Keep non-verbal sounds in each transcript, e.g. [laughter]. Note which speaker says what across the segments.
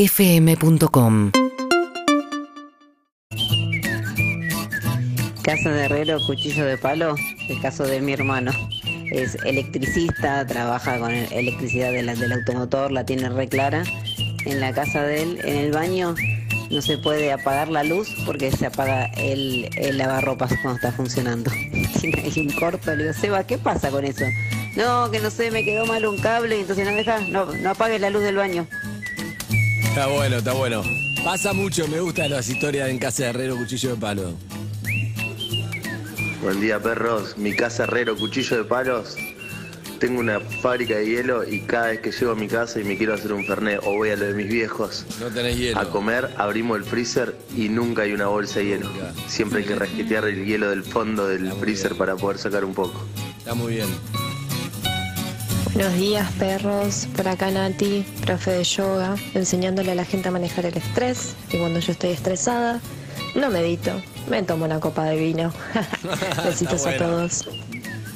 Speaker 1: UrbanaPlayFM.com
Speaker 2: Casa de herrero, cuchillo de palo, el caso de mi hermano. Es electricista, trabaja con el- electricidad de la- del automotor, la tiene re clara. En la casa de él, en el baño, no se puede apagar la luz porque se apaga el, el lavarropas cuando está funcionando. [laughs] Tiene ahí un corto, le digo, Seba, ¿qué pasa con eso? No, que no sé, me quedó mal un cable, entonces no deja, no, no apagues la luz del baño.
Speaker 3: Está bueno, está bueno. Pasa mucho, me gustan las historias en casa de herrero, cuchillo de palo.
Speaker 4: Buen día, perros. Mi casa herrero, cuchillo de palos. Tengo una fábrica de hielo y cada vez que llego a mi casa y me quiero hacer un fernet o voy a lo de mis viejos
Speaker 3: No tenés hielo.
Speaker 4: a comer, abrimos el freezer y nunca hay una bolsa de hielo. Siempre hay que rasquetear el hielo del fondo del freezer para poder sacar un poco.
Speaker 3: Está muy bien.
Speaker 5: Buenos días, perros. Por acá Nati, profe de yoga, enseñándole a la gente a manejar el estrés. Y cuando yo estoy estresada, no medito, me tomo una copa de vino. [laughs] Besitos
Speaker 3: Está bueno.
Speaker 5: a todos.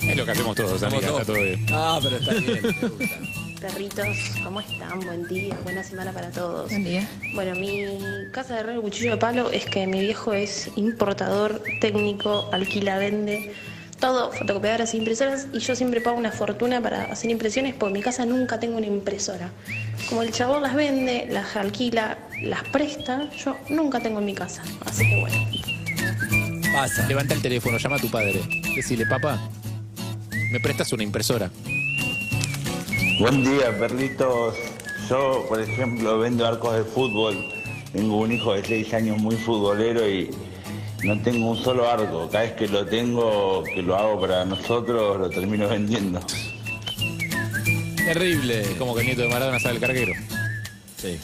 Speaker 6: Es lo que hacemos todos,
Speaker 3: Estamos
Speaker 6: amiga, está
Speaker 3: todos-
Speaker 6: todo bien.
Speaker 3: Ah, pero está bien, me gusta.
Speaker 7: Perritos, ¿cómo están? Buen día, buena semana para todos. Bueno, mi casa de herrero cuchillo de palo es que mi viejo es importador, técnico, alquila, vende, todo, fotocopiadoras e impresoras, y yo siempre pago una fortuna para hacer impresiones porque en mi casa nunca tengo una impresora. Como el chabón las vende, las alquila, las presta, yo nunca tengo en mi casa. Así que bueno.
Speaker 3: Pasa.
Speaker 6: Levanta el teléfono, llama a tu padre. Decile, papá, me prestas una impresora.
Speaker 8: Buen día, perritos. Yo, por ejemplo, vendo arcos de fútbol. Tengo un hijo de 6 años muy futbolero y no tengo un solo arco. Cada vez que lo tengo, que lo hago para nosotros, lo termino vendiendo.
Speaker 6: Es
Speaker 3: Terrible.
Speaker 6: como que el nieto de Maradona sabe el carguero.
Speaker 3: Sí.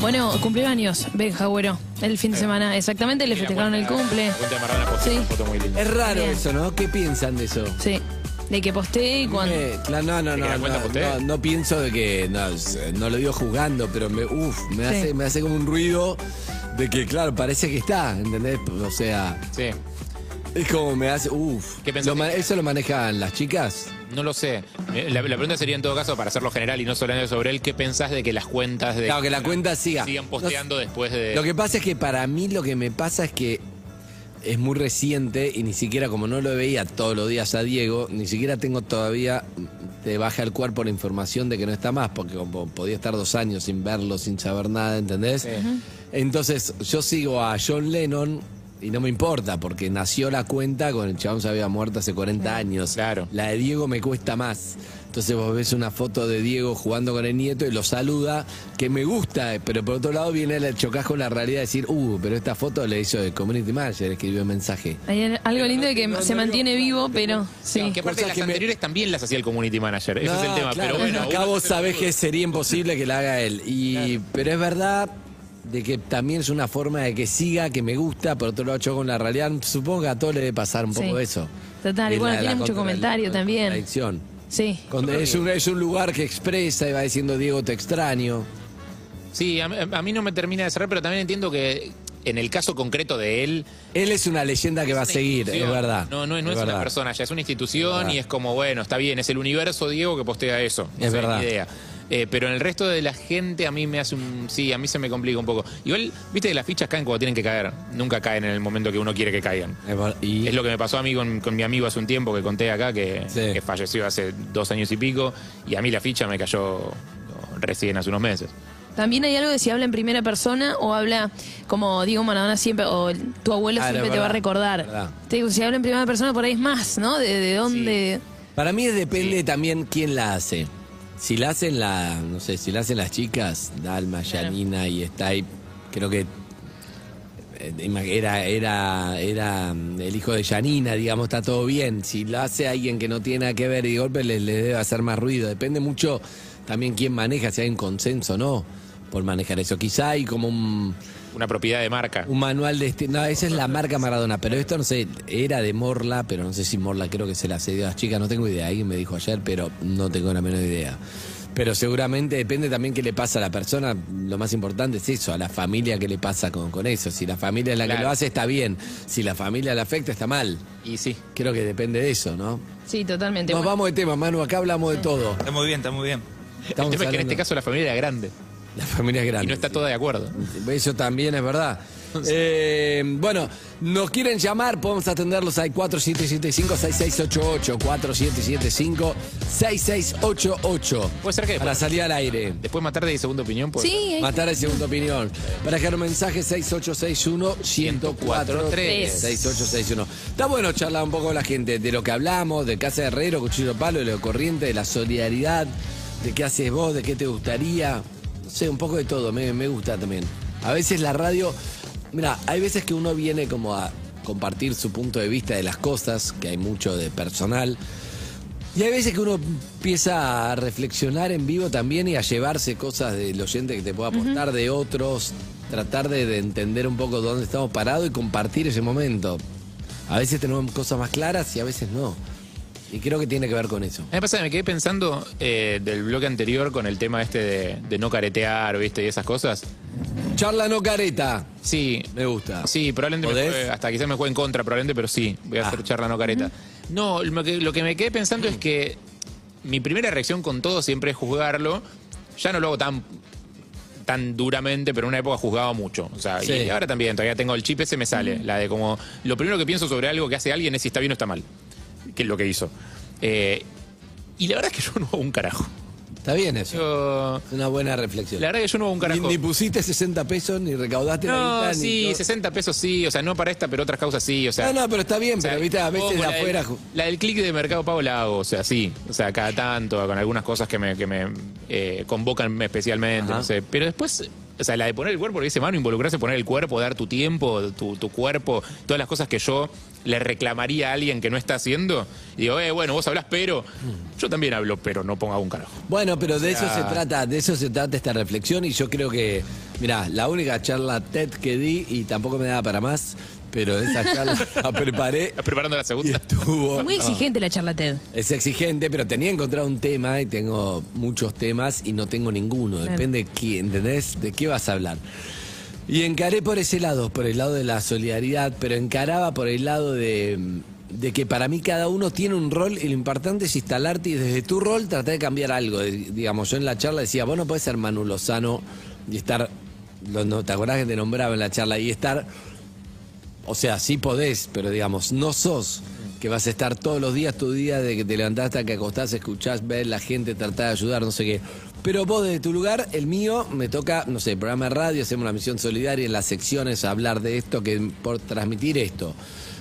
Speaker 9: Bueno, cumpleaños, Benja Güero. El
Speaker 3: Eh,
Speaker 9: fin de semana, exactamente, le festejaron el cumple.
Speaker 6: La cuenta de Maradona posteó
Speaker 9: Sí.
Speaker 6: una foto muy linda.
Speaker 3: Es raro
Speaker 9: Bien.
Speaker 3: eso, ¿no? ¿Qué piensan de eso?
Speaker 9: Sí. De que postee y cuando.
Speaker 3: Eh, la- no, no,
Speaker 6: ¿Te
Speaker 3: no,
Speaker 6: das
Speaker 3: no,
Speaker 6: cuenta por usted?
Speaker 3: no, no pienso de que, no, s- no lo digo jugando, pero me, uf, me,
Speaker 9: Sí.
Speaker 3: hace, me hace como un ruido de que, claro, parece que está, ¿entendés? O sea,
Speaker 6: Sí,
Speaker 3: es como me hace, uff.
Speaker 6: ¿Qué pensás?
Speaker 3: ¿Eso lo manejan las chicas?
Speaker 6: no lo sé. Eh, La, la pregunta sería en todo caso, para hacerlo general y no solamente sobre él, ¿qué pensás de que las cuentas de
Speaker 3: Claro, que la cuenta siga.
Speaker 6: sigan posteando después de...
Speaker 3: Lo que pasa es que para mí lo que me pasa es que es muy reciente y ni siquiera como no lo veía todos los días a Diego, ni siquiera tengo todavía de baja el cuerpo la información de que no está más, porque como podía estar dos años sin verlo, sin saber nada, ¿entendés? Entonces yo sigo a John Lennon y no me importa, porque nació la cuenta con el chabón se había muerto hace 40 años.
Speaker 6: Claro.
Speaker 3: La de Diego me cuesta más. Entonces vos ves una foto de Diego jugando con el nieto y lo saluda, que me gusta, eh, pero por otro lado viene el chocaz con la realidad de decir, uh, pero esta foto le hizo el community manager, escribió el mensaje.
Speaker 9: Hay el- algo lindo de que
Speaker 3: no,
Speaker 9: se
Speaker 3: no,
Speaker 9: mantiene
Speaker 3: no,
Speaker 9: vivo, pero sí.
Speaker 6: Sí, que aparte
Speaker 3: Cosas
Speaker 6: las
Speaker 3: que me-
Speaker 6: anteriores también las hacía el community manager. Ese
Speaker 3: No,
Speaker 6: es el tema.
Speaker 3: claro,
Speaker 6: pero bueno,
Speaker 3: acá
Speaker 6: uno-
Speaker 3: vos sabés que sería imposible que la haga él. Y, Pero es verdad de que también es una forma de que siga, que me gusta, por otro lado choco con la realidad. Supongo que a todos le debe pasar un
Speaker 9: Sí.
Speaker 3: poco eso.
Speaker 9: Total,
Speaker 3: Es
Speaker 9: y bueno,
Speaker 3: la-
Speaker 9: tiene
Speaker 3: la
Speaker 9: mucho
Speaker 3: contra-
Speaker 9: comentario
Speaker 3: la
Speaker 9: también.
Speaker 3: contradicción.
Speaker 9: Sí.
Speaker 3: Con- es, un, es un lugar que expresa y va diciendo Diego te extraño.
Speaker 6: Sí, a, a mí no me termina de cerrar, pero también entiendo que en el caso concreto de él...
Speaker 3: Él es una leyenda que va a
Speaker 6: una
Speaker 3: seguir, es
Speaker 6: institución.
Speaker 3: verdad.
Speaker 6: No, no, es- no es,
Speaker 3: verdad.
Speaker 6: una persona, ya es una institución
Speaker 3: verdad.
Speaker 6: y es como, bueno, está bien, es el universo Diego que postea eso. No
Speaker 3: Es
Speaker 6: sé, ni
Speaker 3: verdad.
Speaker 6: idea. Eh, pero en el resto de la gente a mí me hace un... Sí, a mí se me complica un poco. Igual, viste que las fichas caen cuando tienen que caer. Nunca caen en el momento que uno quiere que caigan.
Speaker 3: Es ver- y-
Speaker 6: Es lo que me pasó a mí con, con mi amigo hace un tiempo que conté acá, que,
Speaker 3: Sí.
Speaker 6: que falleció hace dos años y pico, y a mí la ficha me cayó no, recién hace unos meses.
Speaker 9: También hay algo de si habla en primera persona o habla, como Diego Maradona siempre, o el- tu abuelo
Speaker 3: Claro,
Speaker 9: siempre
Speaker 3: es
Speaker 9: te va a
Speaker 3: Ah, verdad, es
Speaker 9: recordar.
Speaker 3: verdad.
Speaker 9: Te digo, si habla en primera persona, por ahí es más, ¿no? De, de dónde.
Speaker 3: Para mí depende también quién la hace. Si la hacen la, no sé, si la hacen las chicas, Dalma, Yanina y Stipe, creo que eh, ima- era, era, era mm, el hijo de Yanina, digamos, está todo bien. Si lo hace alguien que no tiene nada que ver y de golpe le, le debe hacer más ruido. Depende mucho también quién maneja, si hay un consenso o no por manejar eso. Quizá hay como un,
Speaker 6: Una propiedad de marca.
Speaker 3: un manual de este. No, esa es la marca Maradona, pero esto no sé, era de Morla, pero no sé si Morla creo que se la cedió a las chicas, no tengo idea. Alguien me dijo ayer, pero no tengo la menor idea. Pero seguramente depende también qué le pasa a la persona. Lo más importante es eso, a la familia qué le pasa con, con eso. Si la familia es la que
Speaker 6: Claro.
Speaker 3: lo hace, está bien. Si la familia le afecta, está mal.
Speaker 6: Y sí.
Speaker 3: Creo que depende de eso, ¿no?
Speaker 9: Sí, totalmente.
Speaker 3: Nos
Speaker 9: Bueno.
Speaker 3: vamos de tema, Manu. Acá hablamos de todo.
Speaker 10: Está muy bien, está muy bien.
Speaker 3: Estamos
Speaker 6: [laughs] el tema es que en
Speaker 3: hablando-
Speaker 6: este caso la familia era grande.
Speaker 3: La familia es grande.
Speaker 6: Y no está toda de acuerdo.
Speaker 3: Eso también es verdad. Eh, bueno, nos quieren llamar, podemos atenderlos al 4775-6688. 4775-6688.
Speaker 6: Puede ser que-
Speaker 3: Para salir al aire.
Speaker 6: Eh, Después más tarde de segunda opinión, pues.
Speaker 9: Sí, ahí-
Speaker 3: Matar el segundo opinión. Para dejar un mensaje 6861-1043. 6861. Está bueno charlar un poco con la gente de lo que hablamos, de Casa de Herrero, Cuchillo de Palo, de lo corriente, de la solidaridad, de qué haces vos, de qué te gustaría. No sé, un poco de todo, me, me gusta también. A veces la radio. Mira, hay veces que uno viene como a compartir su punto de vista de las cosas, que hay mucho de personal. Y hay veces que uno empieza a reflexionar en vivo también y a llevarse cosas del oyente que te pueda aportar de otros, tratar de, de entender un poco dónde estamos parados y compartir ese momento. A veces tenemos cosas más claras y a veces no. Y creo que tiene que ver con eso.
Speaker 6: Me pasa, que me quedé pensando eh, del bloque anterior con el tema este de, de no caretear, ¿viste? Y esas cosas.
Speaker 3: Charla no careta.
Speaker 6: Sí.
Speaker 3: Me gusta.
Speaker 6: Sí, probablemente me
Speaker 3: ¿Podés?
Speaker 6: juegue- hasta quizás me juegue en contra, probablemente, pero sí, voy a
Speaker 3: Ah.
Speaker 6: hacer charla no careta. No, lo que, lo que me quedé pensando es que mi primera reacción con todo siempre es juzgarlo. Ya no lo hago tan tan duramente, pero en una época juzgaba mucho. O sea, y-
Speaker 3: Sí.
Speaker 6: y ahora también, todavía tengo el chip ese, me sale. La de como, lo primero que pienso sobre algo que hace alguien es si está bien o está mal. Que es lo que hizo. Eh, y la verdad es que yo no hago un carajo.
Speaker 3: Está bien eso.
Speaker 6: Yo-
Speaker 3: Es una buena reflexión.
Speaker 6: la verdad que yo no hago un
Speaker 3: Ni,
Speaker 6: carajo.
Speaker 3: ni pusiste 60 pesos, ni recaudaste la
Speaker 6: No,
Speaker 3: guita,
Speaker 6: sí,
Speaker 3: ni...
Speaker 6: 60 pesos sí, o sea, no para esta, pero otras causas sí, o sea.
Speaker 3: no, no, pero está bien,
Speaker 6: o sea,
Speaker 3: pero viste, a veces
Speaker 6: como
Speaker 3: de
Speaker 6: la del-
Speaker 3: afuera... ju-
Speaker 6: la del clic de Mercado Pago la hago, o sea, sí. O sea, cada tanto, con algunas cosas que me, que me eh, convocan especialmente,
Speaker 3: Ajá.
Speaker 6: no sé. Pero después, o sea, la de poner el cuerpo, lo que dice mano, involucrarse, poner el cuerpo, dar tu tiempo, tu, tu cuerpo, todas las cosas que yo le reclamaría a alguien que no está haciendo. Y digo, eh, bueno, vos hablás, pero.
Speaker 3: Mm.
Speaker 6: Yo también hablo, pero no ponga un carajo.
Speaker 3: Bueno, pero de eso se trata, de eso se trata esta reflexión y yo creo que, mirá, la única charla TED que di y tampoco me daba para más, pero esa charla [laughs] la preparé
Speaker 6: ¿Estás preparando la
Speaker 3: y
Speaker 6: segunda?
Speaker 3: estuvo...
Speaker 9: Muy exigente la charla TED.
Speaker 3: Es exigente, pero tenía que encontrar un tema y tengo muchos temas y no tengo ninguno. Depende de quién, ¿entendés? De qué vas a hablar. Y encaré por ese lado, por el lado de la solidaridad, pero encaraba por el lado de, de que para mí cada uno tiene un rol y lo importante es instalarte y desde tu rol tratar de cambiar algo. Eh, Digamos, yo en la charla decía, vos no podés ser Manu Lozano y estar, lo- no, ¿te acordás que te nombraba en la charla? Y estar o sea, sí podés, pero digamos, no sos que vas a estar todos los días tu día de que te levantás hasta que acostás, escuchás, ves la gente, tratás de ayudar, no sé qué. Pero vos desde tu lugar, el mío, me toca, no sé, programa de radio, hacemos una misión solidaria en las secciones, hablar de esto, que por transmitir esto.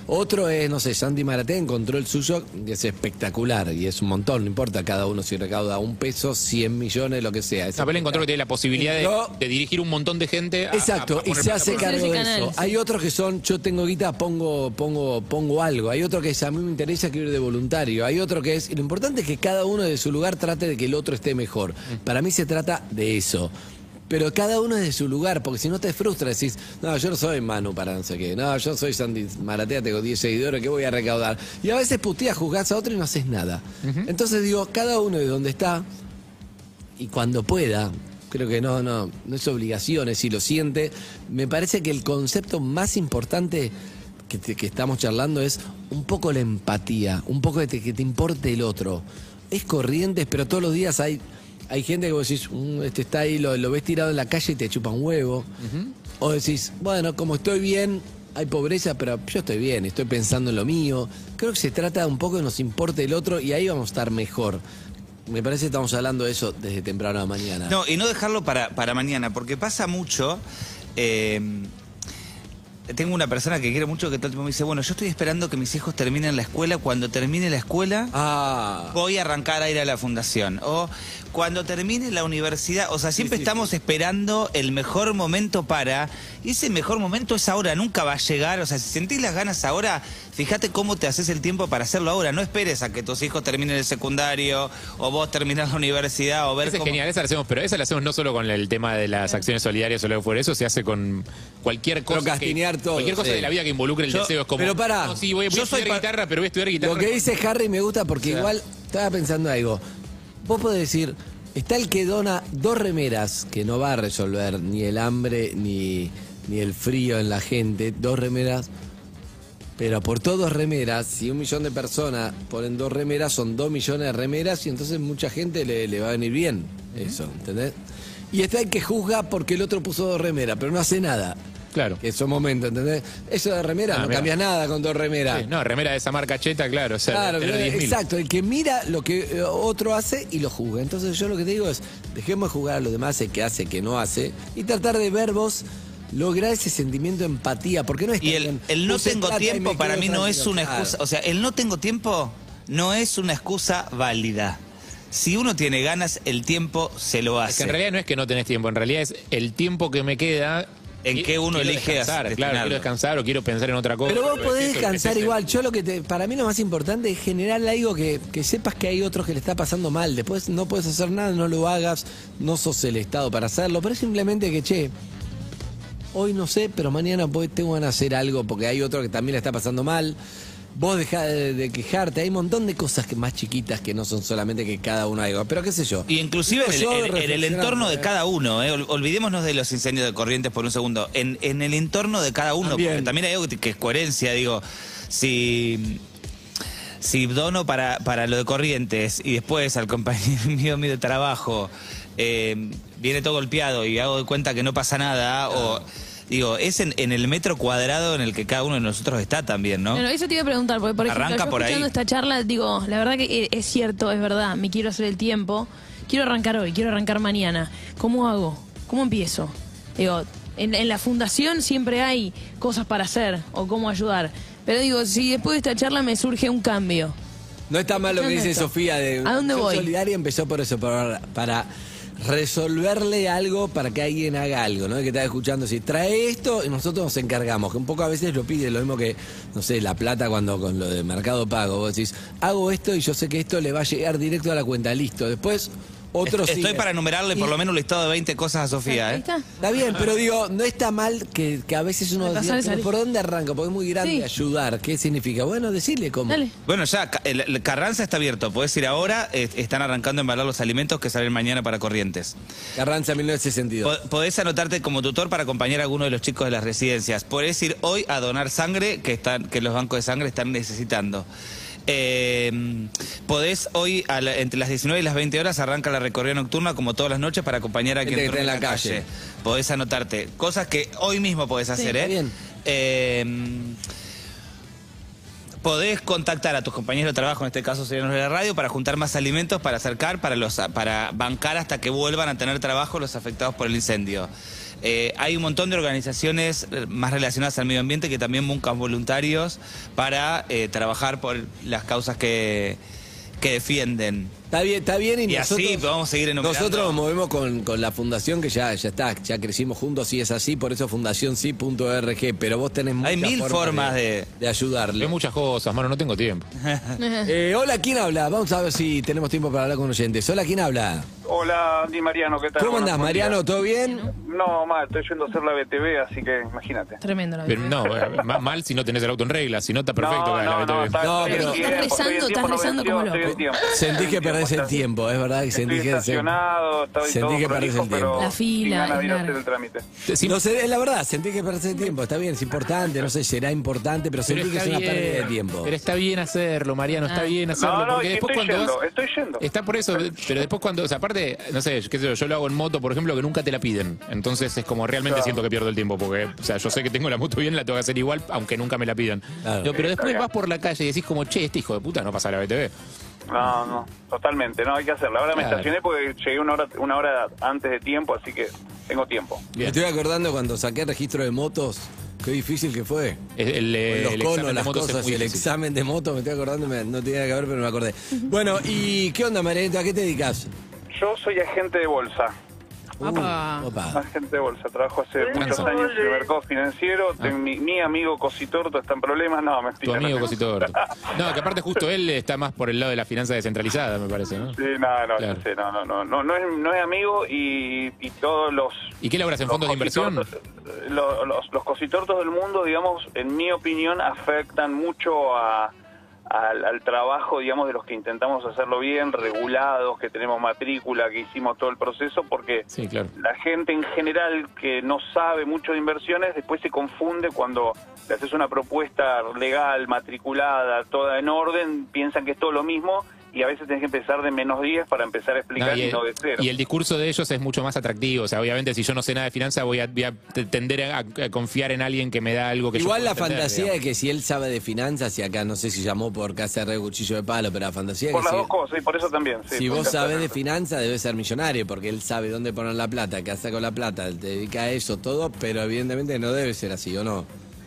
Speaker 3: Otro es, no sé, Sandy Maraté encontró el suyo, que es espectacular, y es un montón, no importa cada uno si recauda un peso, 100 millones, lo que sea. Es
Speaker 6: Isabel encontró que tiene la posibilidad de,
Speaker 3: No.
Speaker 6: de dirigir un montón de gente. a- a-
Speaker 3: Exacto,
Speaker 6: a
Speaker 3: y
Speaker 6: poner
Speaker 3: se
Speaker 6: plata
Speaker 3: hace
Speaker 6: por-
Speaker 9: Hacer
Speaker 3: cargo de
Speaker 9: ese canal,
Speaker 3: eso.
Speaker 9: sí.
Speaker 3: Hay otros que son, yo tengo guita, pongo, pongo, pongo algo. Hay otro que es, a mí me interesa quiero ir de voluntario. Hay otro que es, y lo importante es que cada uno de su lugar trate de que el otro esté mejor. Para mí se trata de eso. Pero cada uno es de su lugar, porque si no te frustra, decís, no, yo no soy Manu para no sé qué, no, yo soy Sandy Maratea, tengo 10 seguidores, ¿qué voy a recaudar? Y a veces puteas, juzgás a otro y no haces nada. Entonces digo, cada uno de donde está, y cuando pueda, creo que no, no, no es obligaciones, si lo siente, me parece que el concepto más importante que, te- que estamos charlando es un poco la empatía, un poco de te- que te importe el otro. Es corrientes, pero todos los días hay, hay gente que vos decís, "Mm, este está ahí, lo, lo ves tirado en la calle y te chupa un huevo. O decís, bueno, como estoy bien, hay pobreza, pero yo estoy bien, estoy pensando en lo mío. Creo que se trata un poco de nos importe el otro y ahí vamos a estar mejor. Me parece que estamos hablando de eso desde temprano a la mañana.
Speaker 1: No, y no dejarlo para, para mañana, porque pasa mucho. eh, tengo una persona que quiero mucho que todo el tiempo me dice, bueno, yo estoy esperando que mis hijos terminen la escuela. Cuando termine la escuela,
Speaker 3: Ah,
Speaker 1: voy a arrancar a ir a la fundación. O cuando termine la universidad. O sea, siempre
Speaker 3: sí,
Speaker 1: estamos esperando el mejor momento para. Y ese mejor momento es ahora, nunca va a llegar. O sea, si sentís las ganas ahora, fíjate cómo te haces el tiempo para hacerlo ahora. No esperes a que tus hijos terminen el secundario, o vos terminás la universidad, o ver
Speaker 6: Esa es
Speaker 1: cómo.
Speaker 6: genial, esa la hacemos, pero esa la hacemos no solo con el tema de las acciones solidarias o lo que fuera, eso se hace con cualquier cosa. que-
Speaker 3: Procrastinear todo,
Speaker 6: Cualquier cosa
Speaker 3: sí.
Speaker 6: de la vida que involucre el
Speaker 1: Yo-
Speaker 6: deseo. Es como,
Speaker 3: pero pará,
Speaker 6: no, sí, voy, voy
Speaker 1: yo
Speaker 6: a estudiar
Speaker 1: soy pa-
Speaker 6: guitarra, pero voy a estudiar guitarra.
Speaker 3: lo que dice Harry me gusta porque
Speaker 6: O sea.
Speaker 3: igual estaba pensando algo. Vos podés decir, está el que dona dos remeras que no va a resolver ni el hambre ni, ni el frío en la gente, dos remeras. Pero por todos remeras, si un millón de personas ponen dos remeras, son dos millones de remeras y entonces mucha gente le, le va a venir bien eso, ¿entendés? Y está el que juzga porque el otro puso dos remera, pero no hace nada.
Speaker 6: Claro.
Speaker 3: Que esos momentos, ¿entendés? Eso de remera,
Speaker 6: Ah,
Speaker 3: no
Speaker 6: mirá.
Speaker 3: cambias nada con dos remeras.
Speaker 6: Sí, no, remera de esa marca cheta, claro. O sea,
Speaker 3: Claro,
Speaker 6: tener
Speaker 3: claro,
Speaker 6: 10.000.
Speaker 3: exacto. El que mira lo que eh, otro hace y lo juzga. Entonces yo lo que te digo es, dejemos de jugar a los demás, el que hace, el que no hace, y tratar de ver vos lograr ese sentimiento de empatía, porque no es
Speaker 4: Y
Speaker 3: tan
Speaker 4: el,
Speaker 3: bien,
Speaker 4: el no
Speaker 3: puse
Speaker 4: tengo
Speaker 3: plata y
Speaker 4: tiempo
Speaker 3: me
Speaker 4: para
Speaker 3: quedo
Speaker 4: mí no es
Speaker 3: tranquilo.
Speaker 4: una
Speaker 3: Claro.
Speaker 4: excusa, o sea, el no tengo tiempo no es una excusa válida. Si uno tiene ganas, el tiempo se lo hace.
Speaker 6: Es que en realidad no es que no tenés tiempo, en realidad es el tiempo que me queda.
Speaker 4: ¿En
Speaker 6: qui-
Speaker 4: qué uno
Speaker 6: quiero
Speaker 4: elige
Speaker 6: descansar,
Speaker 4: destinarlo?
Speaker 6: claro, quiero descansar o quiero pensar en otra cosa.
Speaker 3: Pero vos
Speaker 6: o
Speaker 3: podés
Speaker 6: esto,
Speaker 3: descansar
Speaker 6: etcétera.
Speaker 3: igual. Yo lo que te, para mí lo más importante es generar algo que, que sepas que hay otros que le está pasando mal. Después no puedes hacer nada, no lo hagas, no sos el Estado para hacerlo. Pero es simplemente que, che, hoy no sé, pero mañana voy- tengo van a hacer algo porque hay otro que también le está pasando mal. Vos dejá de, de quejarte, hay un montón de cosas que más chiquitas que no son solamente que cada uno haga. Pero qué sé yo.
Speaker 4: Y inclusive en el,
Speaker 3: Yo
Speaker 4: en- en el
Speaker 3: reflexionando,
Speaker 4: entorno de
Speaker 3: ¿eh?
Speaker 4: cada uno, ¿eh? Ol- olvidémonos de los incendios de corrientes por un segundo, en, en el entorno de cada uno,
Speaker 3: También.
Speaker 4: porque también hay algo que- que es coherencia, digo, si, si dono para, para lo de corrientes y después al compañero [laughs] mío, mío de trabajo eh, viene todo golpeado y hago de cuenta que no pasa nada, o digo, es en, en el metro cuadrado en el que cada uno de nosotros está también, ¿no?
Speaker 9: Claro, eso te iba a preguntar, porque por ejemplo,
Speaker 4: Arranca
Speaker 9: yo
Speaker 4: por ahí.
Speaker 9: escuchando esta charla, digo, la verdad que eh, es cierto, es verdad, me quiero hacer el tiempo, quiero arrancar hoy, quiero arrancar mañana. ¿Cómo hago? ¿Cómo empiezo? Digo, en, en la fundación siempre hay cosas para hacer o cómo ayudar. Pero digo, si después de esta charla me surge un cambio,
Speaker 3: No está mal lo que dice
Speaker 9: Escuchando esto.
Speaker 3: Sofía de
Speaker 9: ¿A dónde
Speaker 3: Acción
Speaker 9: voy?
Speaker 3: Solidaria empezó por eso, para, para resolverle algo para que alguien haga algo, ¿no? Que está escuchando si trae esto y nosotros nos encargamos, que un poco a veces lo pide, lo mismo que, no sé, la plata cuando con lo de mercado pago, vos decís, hago esto y yo sé que esto le va a llegar directo a la cuenta, listo. Después otro
Speaker 4: Estoy
Speaker 3: sigue.
Speaker 4: para enumerarle por
Speaker 3: Y-
Speaker 4: lo menos un listado de 20 cosas a Sofía,
Speaker 9: ahí
Speaker 4: ¿eh?
Speaker 9: está.
Speaker 3: Está bien, pero digo, no está mal que, que a veces uno
Speaker 9: Me pasó
Speaker 3: diga,
Speaker 9: de
Speaker 3: "Pero
Speaker 9: salir".
Speaker 3: ¿por dónde arranco? Porque es muy grande
Speaker 9: Sí.
Speaker 3: ayudar. ¿Qué significa? Bueno, decirle cómo.
Speaker 9: Dale.
Speaker 4: Bueno, ya, Ca- el, el Carranza está abierto. Puedes ir ahora. eh, están arrancando a embalar los alimentos que salen mañana para Corrientes.
Speaker 3: Carranza 1962.
Speaker 4: Po- podés anotarte como tutor para acompañar a alguno de los chicos de las residencias. Podés ir hoy a donar sangre que, están, que los bancos de sangre están necesitando. Eh, podés hoy, a la- entre las 19 y las 20 horas, arranca la recorrida nocturna como todas las noches para acompañar a
Speaker 3: Gente
Speaker 4: quien
Speaker 3: que está
Speaker 4: duerme
Speaker 3: en la calle.
Speaker 4: Podés anotarte. Cosas que hoy mismo podés hacer,
Speaker 3: está
Speaker 4: ¿eh?
Speaker 3: bien.
Speaker 4: Eh, Podés contactar a tus compañeros de trabajo, en este caso serían los de la radio, para juntar más alimentos, para acercar, para, los, para bancar hasta que vuelvan a tener trabajo los afectados por el incendio. Eh, hay un montón de organizaciones eh, más relacionadas al medio ambiente que también buscan voluntarios para eh, trabajar por las causas que, que defienden.
Speaker 3: Está bien, está bien. Y,
Speaker 4: Y
Speaker 3: nosotros,
Speaker 4: así vamos a seguir enumerando.
Speaker 3: Nosotros nos movemos con, con la fundación que ya, ya está, ya crecimos juntos y es así, por eso fundacionsi.org. Pero vos tenés muchas
Speaker 4: Hay mil formas de-
Speaker 3: de
Speaker 6: Hay
Speaker 3: ayudarle.
Speaker 6: muchas cosas, mano, no tengo tiempo.
Speaker 3: Eh, hola, ¿quién habla? Vamos a ver si tenemos tiempo para hablar con oyentes. Hola, ¿quién habla?
Speaker 11: Hola, Andy Mariano, ¿qué tal?
Speaker 3: ¿Cómo
Speaker 11: Buenos
Speaker 3: andás,
Speaker 11: días.
Speaker 3: Mariano? ¿Todo bien?
Speaker 11: No, mal, estoy yendo a hacer la BTV, así que imagínate.
Speaker 9: Tremendo la
Speaker 6: Pero
Speaker 9: verdad.
Speaker 3: [laughs]
Speaker 6: no, eh, ma- mal si no tenés el auto en regla, si no está perfecto.
Speaker 11: no,
Speaker 6: la- la
Speaker 11: no, no,
Speaker 6: BTV.
Speaker 11: está-
Speaker 3: No,
Speaker 11: estoy en
Speaker 3: pero-
Speaker 11: tiempo,
Speaker 9: Estás
Speaker 11: estoy en
Speaker 9: rezando,
Speaker 11: tiempo,
Speaker 9: estás
Speaker 11: no
Speaker 9: rezando como
Speaker 11: vencido, estoy en
Speaker 9: loco.
Speaker 11: tiempo.
Speaker 3: Sentí que perdés el tiempo, es verdad que sentí
Speaker 11: Estoy
Speaker 3: que... se-
Speaker 11: estacionado, estoy
Speaker 3: sentí
Speaker 11: todo
Speaker 3: que perdés
Speaker 11: prolijo,
Speaker 3: el tiempo.
Speaker 11: pero
Speaker 9: La
Speaker 11: sin
Speaker 9: fila,
Speaker 11: ganas de ir a
Speaker 9: es
Speaker 11: hacer
Speaker 9: larga.
Speaker 11: el trámite.
Speaker 6: Sí,
Speaker 3: No sé, es la verdad, sentí que perdés el tiempo, está bien, es importante, no sé, será importante, pero
Speaker 6: pero
Speaker 3: sentí que es una pérdida de tiempo.
Speaker 6: pero está bien hacerlo, Mariano, está
Speaker 9: Ah.
Speaker 6: bien hacerlo.
Speaker 11: No, no,
Speaker 6: porque
Speaker 11: es que
Speaker 6: después
Speaker 11: estoy
Speaker 6: cuando
Speaker 11: yendo,
Speaker 6: vas-
Speaker 11: estoy yendo.
Speaker 6: Está por eso, pero después cuando, o sea, aparte, no sé, qué sé yo, yo lo hago en moto, por ejemplo, que nunca te la piden. Entonces es como realmente
Speaker 11: Claro.
Speaker 6: siento que pierdo el tiempo, porque, o sea, yo sé que tengo la moto bien, la tengo que hacer igual, aunque nunca me la pidan.
Speaker 3: Claro.
Speaker 6: Yo, pero después
Speaker 11: bien.
Speaker 6: vas por la calle y decís como, che, este hijo de puta no pasa la BTV.
Speaker 11: No, no, totalmente, no, hay que hacerlo. Ahora me
Speaker 6: Claro.
Speaker 11: estacioné porque llegué una hora, una hora antes de tiempo, así que tengo tiempo.
Speaker 6: Bien.
Speaker 3: Me estoy acordando cuando saqué el registro de motos, qué difícil que fue.
Speaker 6: El, el, Eh, el
Speaker 3: los
Speaker 6: examen de
Speaker 3: conos, las
Speaker 6: motos es
Speaker 3: cosas,
Speaker 6: muy
Speaker 3: el
Speaker 6: difícil.
Speaker 3: examen de moto, me estoy acordando, me- no tenía que ver, pero me acordé. Bueno, ¿y qué onda, Marianita? ¿A qué te dedicas?
Speaker 11: Yo soy agente de bolsa.
Speaker 9: Apa.
Speaker 3: Uh, opa.
Speaker 11: Agente de bolsa, trabajo hace muchos
Speaker 6: Cansado.
Speaker 11: años en el mercado financiero.
Speaker 3: Ah.
Speaker 11: ten- Mi, mi amigo Cositorto está en problemas. No, mentira.
Speaker 6: Tu
Speaker 11: no
Speaker 6: amigo
Speaker 11: tengo-
Speaker 6: cositor. No, que aparte justo él está más por el lado de la finanza descentralizada, me parece, ¿no?
Speaker 11: [laughs] Sí, no, no,
Speaker 6: Claro.
Speaker 11: sí, no, no, no, no, no es, no es amigo y, y todos los...
Speaker 6: ¿Y qué logras en
Speaker 11: los
Speaker 6: fondos de inversión?
Speaker 11: cositortos- Los, los, los cositortos del mundo, digamos, en mi opinión, afectan mucho a- al, al trabajo, digamos, de los que intentamos hacerlo bien, regulados, que tenemos matrícula, que hicimos todo el proceso, porque
Speaker 6: Sí, claro.
Speaker 11: la gente en general que no sabe mucho de inversiones después se confunde cuando le haces una propuesta legal, matriculada, toda en orden, piensan que es todo lo mismo y a veces tenés que empezar de menos 10 para empezar a explicar
Speaker 6: No,
Speaker 11: y,
Speaker 6: y,
Speaker 11: no de cero.
Speaker 6: el, y el discurso de ellos es mucho más atractivo. O sea, obviamente, si yo no sé nada de finanzas, voy a, voy a t- tender a, a confiar en alguien que me da algo que yo
Speaker 3: Igual
Speaker 6: puedo
Speaker 3: la
Speaker 6: entender,
Speaker 3: fantasía
Speaker 6: digamos.
Speaker 3: de que si él sabe de finanzas, y acá no sé si llamó por casa de cuchillo de palo, pero la fantasía de
Speaker 11: por
Speaker 3: que
Speaker 11: las
Speaker 3: si,
Speaker 11: dos cosas, y por eso también. sí,
Speaker 3: si
Speaker 11: por
Speaker 3: vos
Speaker 11: las
Speaker 3: sabés de
Speaker 11: dos.
Speaker 3: finanzas, debes ser millonario, porque él sabe dónde poner la plata, qué hacer con la plata, te dedica a eso, todo, pero evidentemente no debe ser así, ¿o no?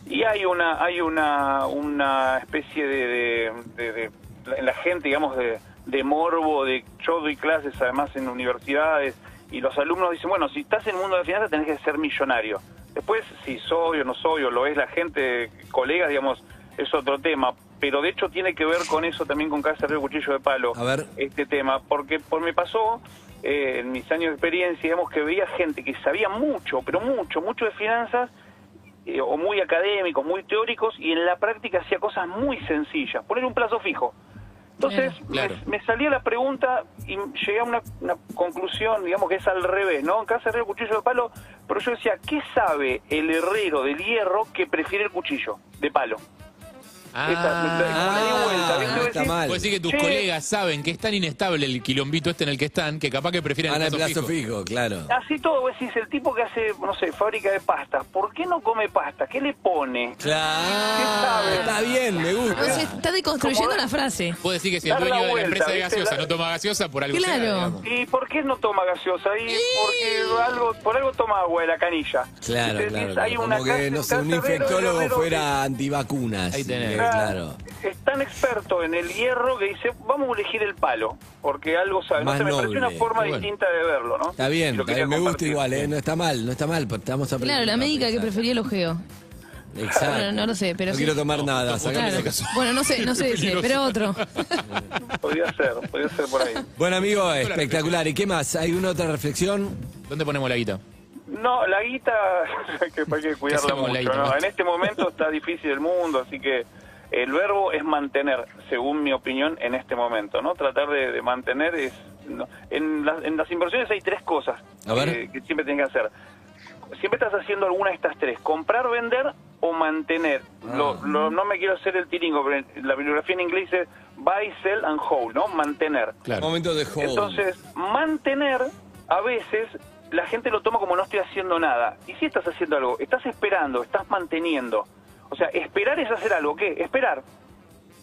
Speaker 11: Y hay una, hay una, una especie de, de, de- de- la- en la gente, digamos, de, de morbo, de yo doy clases además en universidades y los alumnos dicen, bueno, si estás en el mundo de finanzas tenés que ser millonario. Después, si soy o no soy, o lo es la gente, colegas, digamos, es otro tema. Pero de hecho tiene que ver con eso también con Casa Río Cuchillo de Palo,
Speaker 3: A ver.
Speaker 11: este tema, porque por me pasó eh, en mis años de experiencia, digamos, que veía gente que sabía mucho, pero mucho, mucho de finanzas, eh, o muy académicos, muy teóricos, y en la práctica hacía cosas muy sencillas, poner un plazo fijo. Entonces
Speaker 6: Claro, claro.
Speaker 11: me, me salía la pregunta y llegué a una, una conclusión, digamos que es al revés, ¿no? En casa herrero cuchillo de palo, pero yo decía, ¿qué sabe el herrero del hierro que prefiere el cuchillo de palo?
Speaker 6: Ah,
Speaker 11: Esa- vuelta, ¿viste?
Speaker 3: Ah, está
Speaker 11: Decís-
Speaker 3: mal.
Speaker 6: Vos decís que tus
Speaker 11: Sí.
Speaker 6: colegas saben que es tan inestable el quilombito este en el que están que capaz que prefieren
Speaker 3: Van
Speaker 6: el
Speaker 3: al
Speaker 6: plazo,
Speaker 3: Ah, plazo
Speaker 6: fijo.
Speaker 3: fijo, claro.
Speaker 11: Así todo, vos decís, el tipo que hace, no sé, fábrica de pastas, ¿por qué no come pasta? ¿Qué le pone?
Speaker 3: Claro,
Speaker 11: sabe?
Speaker 3: está bien, me
Speaker 9: Entonces
Speaker 3: gusta.
Speaker 9: está deconstruyendo
Speaker 11: Como-
Speaker 9: la frase.
Speaker 6: Vos decís que si el
Speaker 11: Dar la
Speaker 6: dueño de la
Speaker 11: vuelta,
Speaker 6: empresa de
Speaker 11: ¿viste?
Speaker 6: gaseosa
Speaker 11: La-
Speaker 6: no toma gaseosa, por algo será,
Speaker 9: Claro.
Speaker 6: digamos.
Speaker 11: ¿Y por qué no toma gaseosa? Y porque algo, por algo toma agua de la canilla.
Speaker 3: Claro,
Speaker 11: Entonces,
Speaker 3: claro,
Speaker 11: hay
Speaker 3: claro.
Speaker 11: una
Speaker 3: Como que,
Speaker 11: clase-
Speaker 3: no sé, un
Speaker 11: Casa Herrero,
Speaker 3: infectólogo
Speaker 11: Herrero,
Speaker 3: fuera antivacunas.
Speaker 6: Ahí tenés.
Speaker 3: Eh,
Speaker 11: Claro.
Speaker 3: Claro.
Speaker 11: Es tan experto en el hierro que dice, vamos a elegir el palo, porque algo sabe. No
Speaker 3: Más
Speaker 11: sé, me
Speaker 3: noble.
Speaker 11: parece una forma
Speaker 6: Bueno.
Speaker 11: distinta de verlo, ¿no?
Speaker 3: Está
Speaker 11: Y
Speaker 3: bien,
Speaker 11: lo
Speaker 3: está
Speaker 11: quería
Speaker 3: bien, me gusta
Speaker 11: compartir.
Speaker 3: igual, ¿eh? No está mal, no está mal, porque estamos aprendiendo.
Speaker 9: Claro, la médica que
Speaker 3: Exacto.
Speaker 9: prefería el ojeo.
Speaker 3: Exacto.
Speaker 9: Bueno, no lo sé, pero
Speaker 3: No
Speaker 9: sí.
Speaker 3: quiero tomar nada, sacame
Speaker 9: Claro.
Speaker 3: ese caso.
Speaker 9: Bueno, no sé, no sé ese, pero otro.
Speaker 4: [laughs]
Speaker 11: Podría ser, podría ser por ahí.
Speaker 3: Bueno, amigo, espectacular. ¿Y qué más? ¿Hay una otra reflexión?
Speaker 6: ¿Dónde ponemos la guita?
Speaker 11: No, la guita [laughs] que hay que cuidarla
Speaker 6: hacemos,
Speaker 11: mucho.
Speaker 6: la guita,
Speaker 11: ¿no?
Speaker 6: Marta?
Speaker 11: En este momento está difícil el mundo, así que el verbo es mantener, según mi opinión, en este momento, ¿no? Tratar de, de mantener es... no. En, las- en las inversiones hay tres cosas
Speaker 3: A ver.
Speaker 11: Que, que siempre tienes que hacer. Siempre estás haciendo alguna de estas tres, comprar, vender o mantener. Lo- lo- no me quiero hacer el tiringo, pero en- la bibliografía en inglés es buy, sell and hold, ¿no? Mantener.
Speaker 6: Claro.
Speaker 3: Momento de hold.
Speaker 11: Entonces, mantener a veces la gente lo toma como no estoy haciendo nada. Y si estás haciendo algo, estás esperando, estás manteniendo. O sea, esperar es hacer algo. ¿Qué? Esperar.